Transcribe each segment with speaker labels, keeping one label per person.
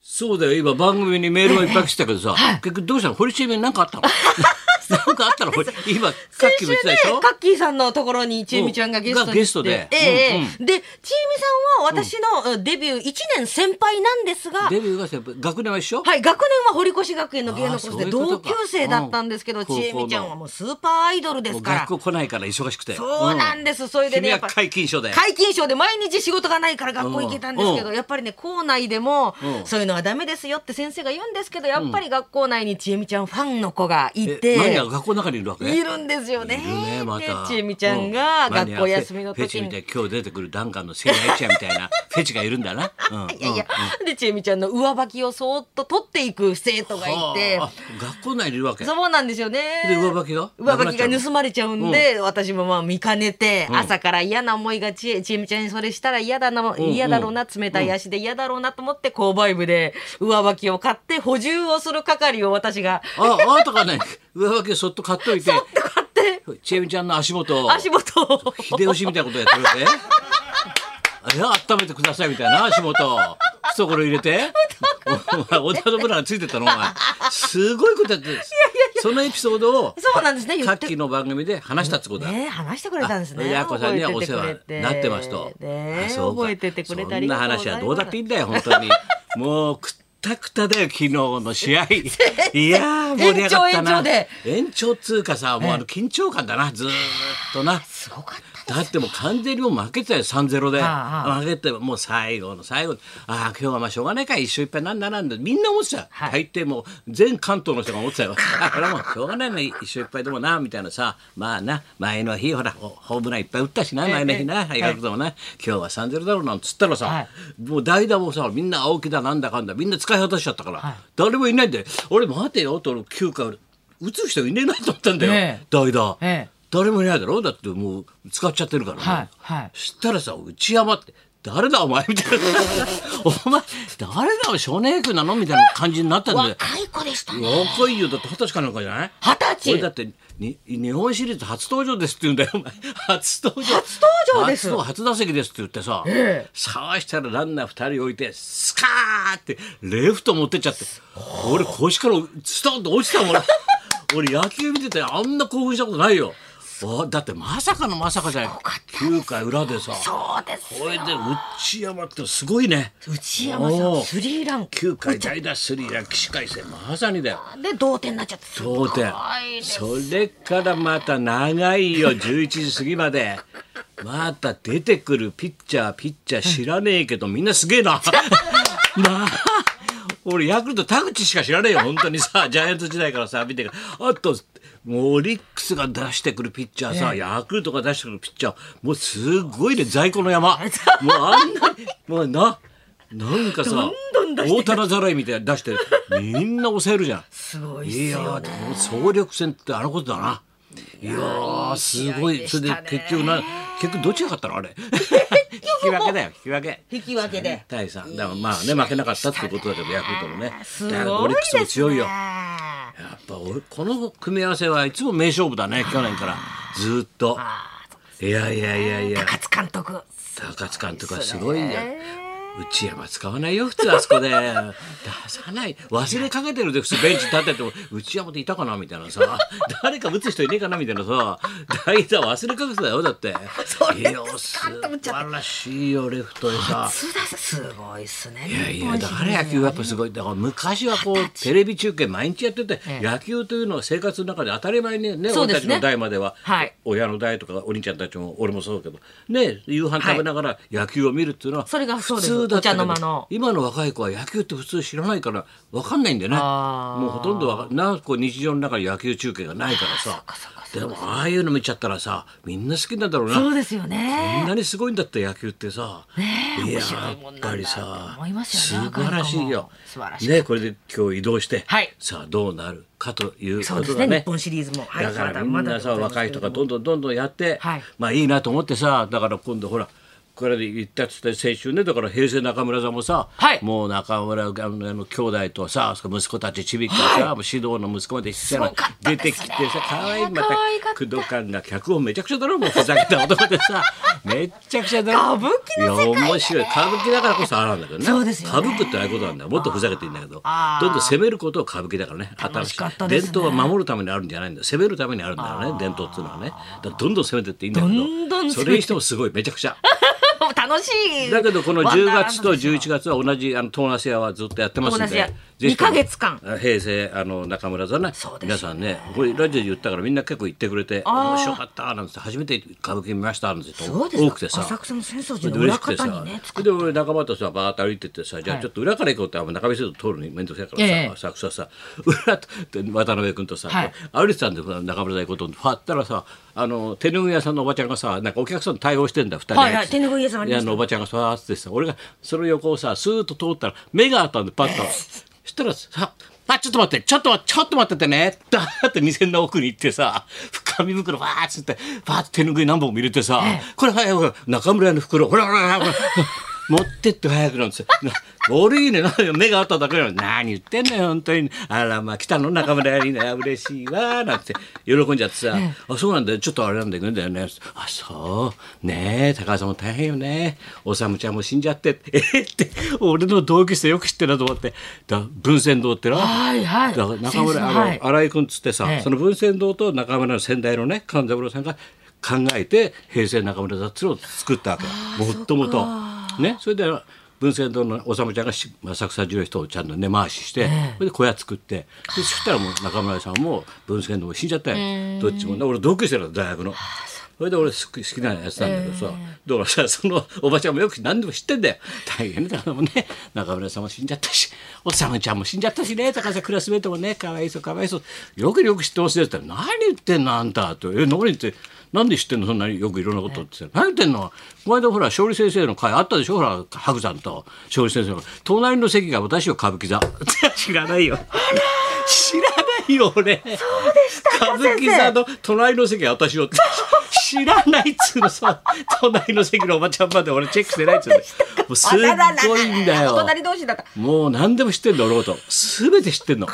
Speaker 1: そうだよ今番組にメールがいっぱい来てたけどさ、結局どうしたの堀ちえみに何かあ ったのなんかあったの堀今さっ
Speaker 2: 先
Speaker 1: き
Speaker 2: 週
Speaker 1: も
Speaker 2: ね
Speaker 1: 言ってたでしょ、
Speaker 2: カッキーさんのところにちえみちゃんがゲストに
Speaker 1: がゲストで
Speaker 2: ええええ
Speaker 1: うんうん
Speaker 2: で、ちえみさんは私のうんデビュー1年先輩なんですが、
Speaker 1: デビューが先輩学年は一緒、
Speaker 2: はい、学年は堀越学園の芸能コース
Speaker 1: あーそう
Speaker 2: で
Speaker 1: いうこと
Speaker 2: 同
Speaker 1: か
Speaker 2: 級生だったんですけ
Speaker 1: うん
Speaker 2: ど、
Speaker 1: 高校
Speaker 2: ち
Speaker 1: の
Speaker 2: えみちゃんはもうスーパーアイドルです
Speaker 1: もう
Speaker 2: から
Speaker 1: 学。校来ないから忙しくて
Speaker 2: そうなんです。それでね、
Speaker 1: 君
Speaker 2: や
Speaker 1: は
Speaker 2: っぱ。
Speaker 1: 皆勤賞で
Speaker 2: 皆勤賞で毎日仕事がないから学校行けたんですけ
Speaker 1: う
Speaker 2: ど、やっぱりね、校内でも
Speaker 1: う、ん
Speaker 2: そういうのはダメですよって先生が言うんですけど、やっぱり学校内にちえみちゃんファンの子がい
Speaker 1: え
Speaker 2: て。
Speaker 1: マニアが学校の中にいるわけ
Speaker 2: いるんですよね。
Speaker 1: いるねまた
Speaker 2: でちえみちゃんが
Speaker 1: うマニア
Speaker 2: 学校休みの
Speaker 1: フェフェチ
Speaker 2: 時
Speaker 1: みたい
Speaker 2: に。
Speaker 1: に今日出てくるダンカンのセリアエチアみたいなフェチがいるんだな、うん
Speaker 2: いやいや、でちえみちゃんの上履きをそーっと取っていく生徒がいて
Speaker 1: は。あ学校内にいるわけ
Speaker 2: そうなんですよね。
Speaker 1: で上履きが
Speaker 2: 上
Speaker 1: な
Speaker 2: 履
Speaker 1: くなっ
Speaker 2: き
Speaker 1: ちゃうの
Speaker 2: が盗まれちゃうんで、私もまあ見かねて、
Speaker 1: ん
Speaker 2: 朝から嫌な思いがちえ、ちえみちゃんにそれしたら嫌だな、
Speaker 1: ん
Speaker 2: 嫌だろうな、冷たい足で嫌だろうなと思って、購買部で上履きを買って補充をする係を私が、
Speaker 1: ああなたがね上履きをそっと買っといて
Speaker 2: 買って、
Speaker 1: ちえみちゃんの足元を
Speaker 2: 足元を。
Speaker 1: 秀吉みたいなことやってるわけあれ温めてくださいみたいな足元を懐入れてお前織田信長がついてったのお前すごいことやってるそのエピソードを
Speaker 2: そうなんですね、言
Speaker 1: さ
Speaker 2: っ
Speaker 1: ってきの番組で話したってことだ、
Speaker 2: ねえ話してくれたんですね。
Speaker 1: あやっこさんにはお
Speaker 2: 覚え
Speaker 1: 世
Speaker 2: てて
Speaker 1: 話
Speaker 2: くれて
Speaker 1: になってますと。
Speaker 2: ね
Speaker 1: あ
Speaker 2: え
Speaker 1: そうか
Speaker 2: 覚えててくれてあ
Speaker 1: そん
Speaker 2: り
Speaker 1: な
Speaker 2: がとうございます。
Speaker 1: 話はどうだっていいんだよ、本当に。もうくったくただよ、昨日の試 合。いやー、盛り上がったな。
Speaker 2: 延長延長で
Speaker 1: 延長通過さ、もうあの緊張感だな、ずーっとな。
Speaker 2: すごかった。
Speaker 1: だってもう完全にもう負けてたよ3-0で
Speaker 2: あああ
Speaker 1: 負けてもう最後の最後ああ今日はまあしょうがないか一勝いっぱいなんだなんだみんな思ってたよ、
Speaker 2: はい
Speaker 1: 大抵もう全関東の人が思ってたよあこれはもうしょうがないな一勝いっぱいでもなみたいなさまあな前の日ほらホホームランいっぱい打ったしな
Speaker 2: ええ
Speaker 1: 前の日な
Speaker 2: ええ
Speaker 1: ヤクルトもな今日は3-0だろうなんつったらさ、
Speaker 2: は
Speaker 1: もう代打もさみんな青木だなんだかんだみんな使い果たしちゃったから、誰もいないんで俺待てよと9回打つ人いねえなと思ったんだよ、
Speaker 2: ええ
Speaker 1: 代打。
Speaker 2: ええ
Speaker 1: 誰もいないだろだってもう使っちゃってるからね、
Speaker 2: はいはい
Speaker 1: そしたらさ内山って誰だお前みたいなお前誰だお少年野球なのみたいな感じになったんで
Speaker 2: 若い子でしたね。
Speaker 1: 若いよだって二十歳かなんかじゃない
Speaker 2: 二
Speaker 1: これ
Speaker 2: 十
Speaker 1: だっ
Speaker 2: 歳。
Speaker 1: てに日本シリーズ初登場ですって言うんだよお前初登場
Speaker 2: 初登場です
Speaker 1: 初初打席ですって言ってさ、
Speaker 2: え
Speaker 1: そうしたらランナー2人置いてスカーってレフト持ってっちゃって俺腰からストンと落ちた もん俺俺野球見ててあんな興奮したことないよあだってまさかのまさかじゃない9回裏でさ
Speaker 2: そうです。
Speaker 1: これで内山ってすごいね
Speaker 2: 内山さ
Speaker 1: お
Speaker 2: ん、
Speaker 1: う
Speaker 2: スリーラン。
Speaker 1: 9回代打スリーラン起死回生まさにだよ
Speaker 2: で同点になっちゃった。
Speaker 1: 当店
Speaker 2: 怖いです
Speaker 1: それからまた長いよ11時過ぎまでまた出てくるピッチャーピッチャー知らねえけどみんなすげえ なまあ俺ヤクルト田口しか知らねえよ本当にさジャイアンツ時代からさ見てるあともうオリックスが出してくるピッチャーさ、ヤクルトが出してくるピッチャーもうすごいね在庫の 山もうあんなにもうななんかさ
Speaker 2: どんどん出してく
Speaker 1: 大棚ざらいみたいに出してみんな抑えるじゃん。
Speaker 2: すごいっ
Speaker 1: い
Speaker 2: す
Speaker 1: や
Speaker 2: よ
Speaker 1: ー
Speaker 2: ね。
Speaker 1: でも総力戦ってあのことだな。いやーすご
Speaker 2: い
Speaker 1: い
Speaker 2: い
Speaker 1: そ
Speaker 2: 試合
Speaker 1: れで
Speaker 2: でしたね
Speaker 1: 結局な結局どっちが勝ったのあれ引き分けだよ引き分け
Speaker 2: 引き分けで。
Speaker 1: 対3だからまあね負けなかったってことだけどヤクルトもね
Speaker 2: す
Speaker 1: だから
Speaker 2: ご
Speaker 1: オ
Speaker 2: い
Speaker 1: リッ
Speaker 2: で
Speaker 1: ク
Speaker 2: す
Speaker 1: ス
Speaker 2: ね。
Speaker 1: も強いよやっぱ俺この組み合わせはいつも名勝負だね去年からずーっと
Speaker 2: あー
Speaker 1: いやいやいやいや
Speaker 2: 高津監督。
Speaker 1: 高津監督はすごいんだよ。内山使わないよ普通あそこで出さない忘れかけてるで普通ベンチ立ってても内山っていたかなみたいなさ誰か打つ人いねえかなみたいなさ代打忘れかけてたよだって
Speaker 2: それ
Speaker 1: いや素
Speaker 2: スカッと打っちゃった
Speaker 1: 晴らしいよレフトでさ
Speaker 2: 津田さんすごいっすね。い
Speaker 1: いやいやだから野球はやっぱすごいだから昔はこうテレビ中継毎日やってて野球というのは生活の中で当たり前にね
Speaker 2: そう
Speaker 1: 俺
Speaker 2: で
Speaker 1: た
Speaker 2: す
Speaker 1: ち
Speaker 2: ね
Speaker 1: の代までは
Speaker 2: はい
Speaker 1: 親の代とかお兄ちゃんたちも俺もそうだけどね夕飯食べながら野球を見るっていうのは
Speaker 2: それがそう
Speaker 1: 普
Speaker 2: です
Speaker 1: 通だったけ
Speaker 2: お茶の間の
Speaker 1: ど今の若い子は野球って普通知らないから分かんないんだよね
Speaker 2: あー
Speaker 1: もうほとんどわかなんこう日常の中に野球中継がないからさでもああいうの見ちゃったらさみんな好きなんだろうな
Speaker 2: そうですよ
Speaker 1: こん
Speaker 2: ね。
Speaker 1: なにすごいんだって野球ってさ、いややっぱりさ
Speaker 2: 思いますよね
Speaker 1: 素晴らしいよ
Speaker 2: 素晴らしい
Speaker 1: ねこれで今日移動して、
Speaker 2: はい
Speaker 1: さあどうなるかという
Speaker 2: そう
Speaker 1: こ
Speaker 2: です
Speaker 1: と
Speaker 2: ね
Speaker 1: だね
Speaker 2: 日本シリーズもはい
Speaker 1: だからみんなさ
Speaker 2: まだまだでございます
Speaker 1: 若い人がどんどんどんどんやって、
Speaker 2: はい
Speaker 1: まあいいなと思ってさだから今度ほらからで言ったっつって先週ねだから平成中村さんもさ、
Speaker 2: はい
Speaker 1: もう中村あのあの兄弟とさ息子たちちびっ子さ、もう指導の息子までちっちゃな
Speaker 2: すごかった
Speaker 1: 出
Speaker 2: ですね
Speaker 1: てきてさ可愛いまた
Speaker 2: 可愛かった
Speaker 1: 工藤官が脚本めちゃくちゃだろもうふざけた男で さめっちゃくちゃだろ
Speaker 2: 歌舞伎の世界だね
Speaker 1: いや面白い歌舞伎だからこそあらんだけどね
Speaker 2: そうですよね
Speaker 1: 歌舞伎ってああいうことなんだよもっとふざけていいんだけど
Speaker 2: あー
Speaker 1: どんどん攻めることを歌舞伎だからね
Speaker 2: 楽しかった
Speaker 1: 新
Speaker 2: で
Speaker 1: し
Speaker 2: す
Speaker 1: い
Speaker 2: ね
Speaker 1: 伝統は守るためにあるんじゃないんだよ攻めるためにあるんだよね伝統っていうのはねだからどんどん攻めてっていいんだけど
Speaker 2: どんどん攻めて
Speaker 1: それにしてもすごいめちゃ くちゃ
Speaker 2: 楽しい
Speaker 1: だけどこの
Speaker 2: ワン
Speaker 1: 10
Speaker 2: ダーランド
Speaker 1: 月と
Speaker 2: ですよ
Speaker 1: 11月は同じあのトーナス屋はずっとやってますん
Speaker 2: トーナ
Speaker 1: で
Speaker 2: ス屋
Speaker 1: ぜひとも
Speaker 2: 二ヶ月間
Speaker 1: 平成あの中村さんね
Speaker 2: そうです
Speaker 1: 皆さんねこれラジオで言ったからみんな結構言ってくれて面白かったなんつって初めて歌舞伎見ましたなんて人
Speaker 2: そうですか
Speaker 1: 多くてさ
Speaker 2: 浅草の浅草
Speaker 1: それ
Speaker 2: 寺
Speaker 1: で
Speaker 2: の
Speaker 1: 嬉
Speaker 2: 裏
Speaker 1: しくて
Speaker 2: 方
Speaker 1: さ
Speaker 2: にね作っ
Speaker 1: で俺仲間とさバーッと歩いてってさじゃあちょっと裏から行こうってあんま中見せると通るのに面倒くさいからさ、
Speaker 2: ええ
Speaker 1: 浅草さ裏と渡辺君とさ、
Speaker 2: はい
Speaker 1: 歩いてたんで中村さん行こうと思ってファったらさあの手拭い屋さんのおばちゃんがさなんかお客さんと対応してんだよ二人で、
Speaker 2: はいはい手拭い屋さんありました
Speaker 1: でのおばちゃんがさーってさ俺がその横をさスーッと通ったら目があったんでパッ とそしたらさあ、ちょっと待って、ちょっと待って、ちょっと待っててね。だーって店の奥に行ってさ、紙袋ばーっつって、ばーって手拭い何本も入れてさ、これ早く、中村屋の袋、ほらほらほらほら、持ってって早くなんですよ。 な悪いね、なんよ目があっただけなのに何言ってんのよ、本当に。あら、まあ、来たの中村屋にね、嬉しいわ、なんて、喜んじゃってさ、あ、そうなんだよ、ちょっとあれなんだけどね、あ、そう、ねえ、高橋さんも大変よね、おさむちゃんも死んじゃって、えって、俺の同級生よく知ってるなと思って、だ文先堂ってな、
Speaker 2: はいはい
Speaker 1: だから中村、
Speaker 2: 先生
Speaker 1: あの、
Speaker 2: はい
Speaker 1: 新井君っつってさ、
Speaker 2: ええ
Speaker 1: その文鮮堂と中村の先代のね勘三郎さんが考えて平成中村座っていうのを作ったわけもっともと。ね、それで文鮮堂のおさむちゃんがし浅草十郎人をちゃんと根回しして、それで小屋作ってでそしたらもう中村さんも文鮮堂も死んじゃったよどっちもね俺同級生だった大学の。それで俺好き好きなやつなんだけどさ、だからさそのおばちゃんもよく何でも知ってんだよ大変だからもうね中村さんも死んじゃったしおさむちゃんも死んじゃったしね高さんクラスメートもねかわいそうかわいそうよくよく知ってますねって言ったら何言ってんのあんた」と「え何言ってなんで知ってんのそんなによくいろんなこと」って言ったら何言ってんのこの間ほら勝利先生の会あったでしょほらハグさんと勝利先生の隣の席が私よ歌舞伎座 知らないよ知らないよ俺そうでした歌舞伎座の隣の席は私よって知らないっつうのさ隣の席のおばちゃんまで俺チェックしてないっつうのもうすっごいんだよ
Speaker 2: お隣同士 だった
Speaker 1: もう何でも知ってんだ俺のこと全て知ってんの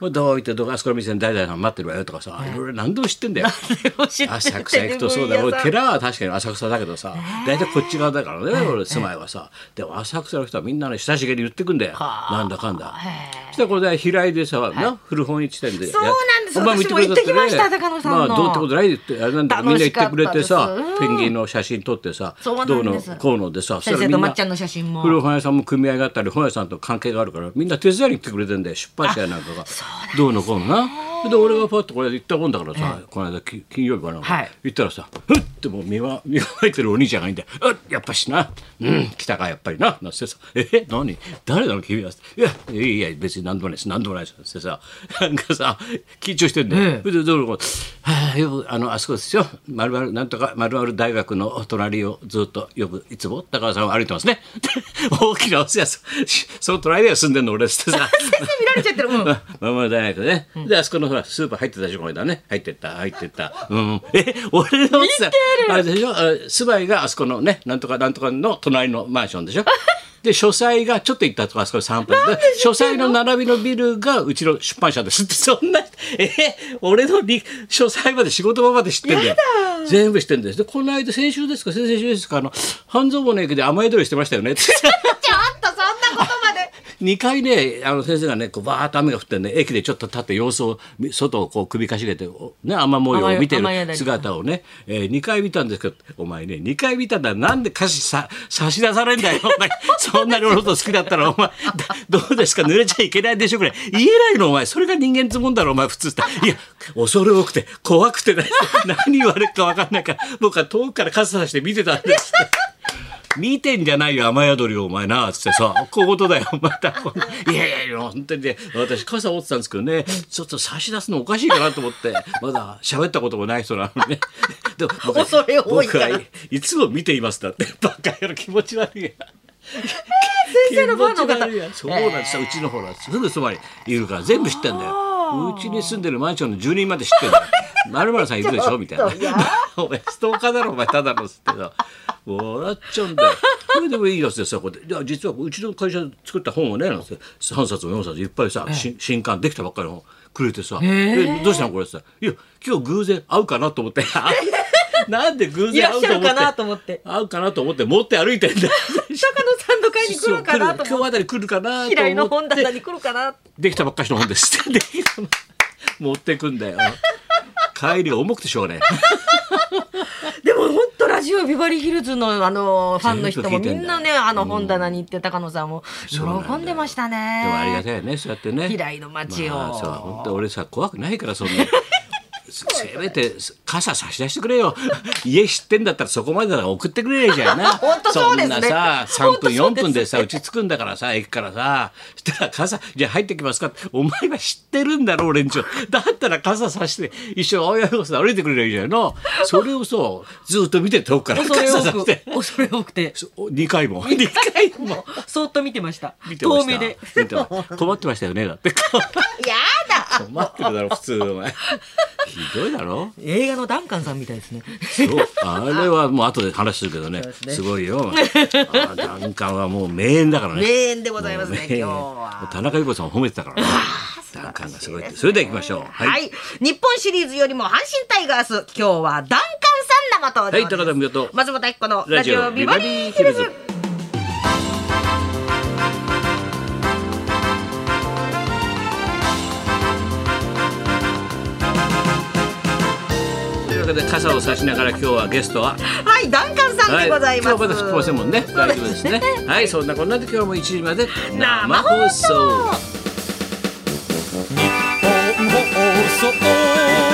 Speaker 1: もうどう言ってどこあそこの店に誰々さん待ってるわよとかさいろいろ何でも知ってんだよ浅草行くとそうだ俺寺は確かに浅草だけどさ大体こっち側だからね俺住まいはさでも浅草の人はみんなね親しげに言ってくんだよなんだかんだそしたらこれで平井でさな古本市店で
Speaker 2: そうなんです
Speaker 1: お前
Speaker 2: 私も行ってきました高野さんの
Speaker 1: まあどうってことないってあれなんだけどみんな言ってくれてさ
Speaker 2: 楽しかったです
Speaker 1: ペンギンの写真撮ってさ
Speaker 2: そうなん
Speaker 1: どうの
Speaker 2: です
Speaker 1: こうのでさそした
Speaker 2: 先
Speaker 1: らみ
Speaker 2: 生
Speaker 1: ん
Speaker 2: と
Speaker 1: な
Speaker 2: まっちゃんの写真も
Speaker 1: 古本屋さんも組合があったり本屋さんと関係があるからみんな手伝いに来てくれてんだよ出版社やなんかがどうのこうのなで俺がパッとこれ行ったもんだからさ、この間き金曜日かな、
Speaker 2: はい
Speaker 1: 行ったらさふっってもう見 わ見構えてるお兄ちゃんがいんだよ「あやっぱしなうん来たかやっぱりな」なんてさ「え何誰なの君は」いやいやいや別に何でもないです何でもないです」ってさなんかさ緊張してんだよ、それでどうもはあよくあのあそこですよまるまるなんとかまるまる大学の隣をずっとよくいつも高田さんは歩いてますね大きなお世話その隣で住んでんの俺っつってさ
Speaker 2: 見られちゃって るうん
Speaker 1: まあまあ大学ね、であそこのほらスーパー入ってたでしょこの間ね入ってった入ってったうんえ俺のさあれでしょあ住まいがあそこのねなんとかなんとかの隣のマンションで しょで書斎がちょっと行ったとこあそこで3分で書斎の並びのビルがうちの出版社ですって そんなえ俺のり書斎まで仕事場まで知ってんだよ全部知ってんですでこの間先週ですか先々週ですかあの半蔵門の駅で雨宿りしてましたよねって
Speaker 2: ちょっとそんなことまで
Speaker 1: 2回ねあの先生がねこうバーッと雨が降ってね駅でちょっと立って様子をみ外をこう首かしげて、おね、雨模様を見て
Speaker 2: 雨雨宿
Speaker 1: る
Speaker 2: り
Speaker 1: 姿をね、え2回見たんですけどお前ね2回見たんだなんで歌詞さ差し出されんだよお前そんなに俺のこと好きだったらお前だどうですか濡れちゃいけないでしょぐらい言えないのお前それが人間つもんだろお前普通っていや恐れ多くて怖くてね何言われるか分かんないから僕は遠くから傘差して見てたんですって。見てんじゃないよ雨宿りをお前な」つってさ「こういうことだよまたこんな」 いやいやいや本当にね私傘持ってたんですけどねちょっと差し出すのおかしいかなと思ってまだ喋ったこともない人なのにね。 でも僕は
Speaker 2: 恐れ多いから
Speaker 1: 僕はいつも見ていますだってバカやる気持ち悪いや。
Speaker 2: 先生のファンの方
Speaker 1: 気持ち悪いやそうなんですよ、うちのほらすぐそばにいるから全部知ってんだようちに住んでるマンションの住人ま で知ってんだよ〇〇さんいるでしょみたいなお前ストーカーだろお前ただのっつってさ笑っちゃうんだよ。これでもいいやつでさ、こうやって、いや、実はうちの会社で作った本をね、なんつって、3冊も4冊いっぱいさ、し新刊できたばっかりの本くれてさ、えどうしたのこれってさ、いや、今日偶然会うかなと思 って、あなんで偶
Speaker 2: い
Speaker 1: 然
Speaker 2: らっ
Speaker 1: 会う
Speaker 2: しゃ
Speaker 1: と思って、
Speaker 2: るかなと思って。
Speaker 1: 会うかなと思って持って歩いてん だよ。
Speaker 2: 坂野さんの会に来るかな
Speaker 1: そう来る
Speaker 2: と
Speaker 1: 今
Speaker 2: 思
Speaker 1: 日
Speaker 2: っ
Speaker 1: あたり来るかな
Speaker 2: て。
Speaker 1: と
Speaker 2: 平井の
Speaker 1: 思
Speaker 2: 本
Speaker 1: って
Speaker 2: 棚に来るかな。
Speaker 1: できたばっかりの本です できたばっか持ってくんだよ帰りが重くてしょうがない
Speaker 2: でも本当ラジオビバリーヒルズのあのファンの人も
Speaker 1: 全部聞
Speaker 2: み
Speaker 1: いてんだ
Speaker 2: んなねあの本棚に行って高野さんも喜
Speaker 1: そうなんだよ
Speaker 2: んでましたね。
Speaker 1: でもありがたいよねそうやってね
Speaker 2: 平井の街を
Speaker 1: まあ、そう本当俺さ怖くないからそんなせせめて傘差し出してくれよ 家知ってんだったらそこまでなら送ってくれりゃいいじゃんな
Speaker 2: 本当そうですね
Speaker 1: んなさ
Speaker 2: 本
Speaker 1: 3
Speaker 2: 当
Speaker 1: 分
Speaker 2: そう
Speaker 1: 4
Speaker 2: です
Speaker 1: 分でさうち着くんだからさ駅からさそしたら傘じゃあ入ってきますかってお前は知ってるんだろ俺んちをだったら傘差して一緒に青山さん歩いてくれりゃいいじゃんのそれをそうずっと見て遠くから
Speaker 2: 恐れ
Speaker 1: 傘差
Speaker 2: 多
Speaker 1: し
Speaker 2: く
Speaker 1: て
Speaker 2: 恐れ多くて
Speaker 1: 2回も2回も
Speaker 2: そっと見てました。
Speaker 1: 見てま
Speaker 2: 遠
Speaker 1: した
Speaker 2: 目で。
Speaker 1: 見てました困ってましたよねだって
Speaker 2: やだ。
Speaker 1: 待ってるだろ普通 お前ひどいだろ
Speaker 2: 映画のダンカンさんみたいです ね。
Speaker 1: そうあれはもう後で話するけどね
Speaker 2: そうですすね
Speaker 1: ごいよあダンカンはもう名演だからね
Speaker 2: 名演でございます
Speaker 1: もう
Speaker 2: ね
Speaker 1: 名演
Speaker 2: 今日は。
Speaker 1: 田中裕子さんを褒めてたからねダンカンがすごいってそれでは行きましょう
Speaker 2: はい、
Speaker 1: はい
Speaker 2: 日本シリーズよりも阪神タイガース今日はダンカンさん生登場です、
Speaker 1: はい高田美代と
Speaker 2: 松本明子のラジオビバリーヒルズ
Speaker 1: というわけで傘を差しながら今日はゲストは
Speaker 2: はいダンカンさんでございます、
Speaker 1: 今日まだ吹きませんもんね
Speaker 2: そう
Speaker 1: 大
Speaker 2: で
Speaker 1: 丈夫ですす
Speaker 2: ね
Speaker 1: ねはいそんなこんなで今日も1時まで
Speaker 2: 生放送
Speaker 1: 生放送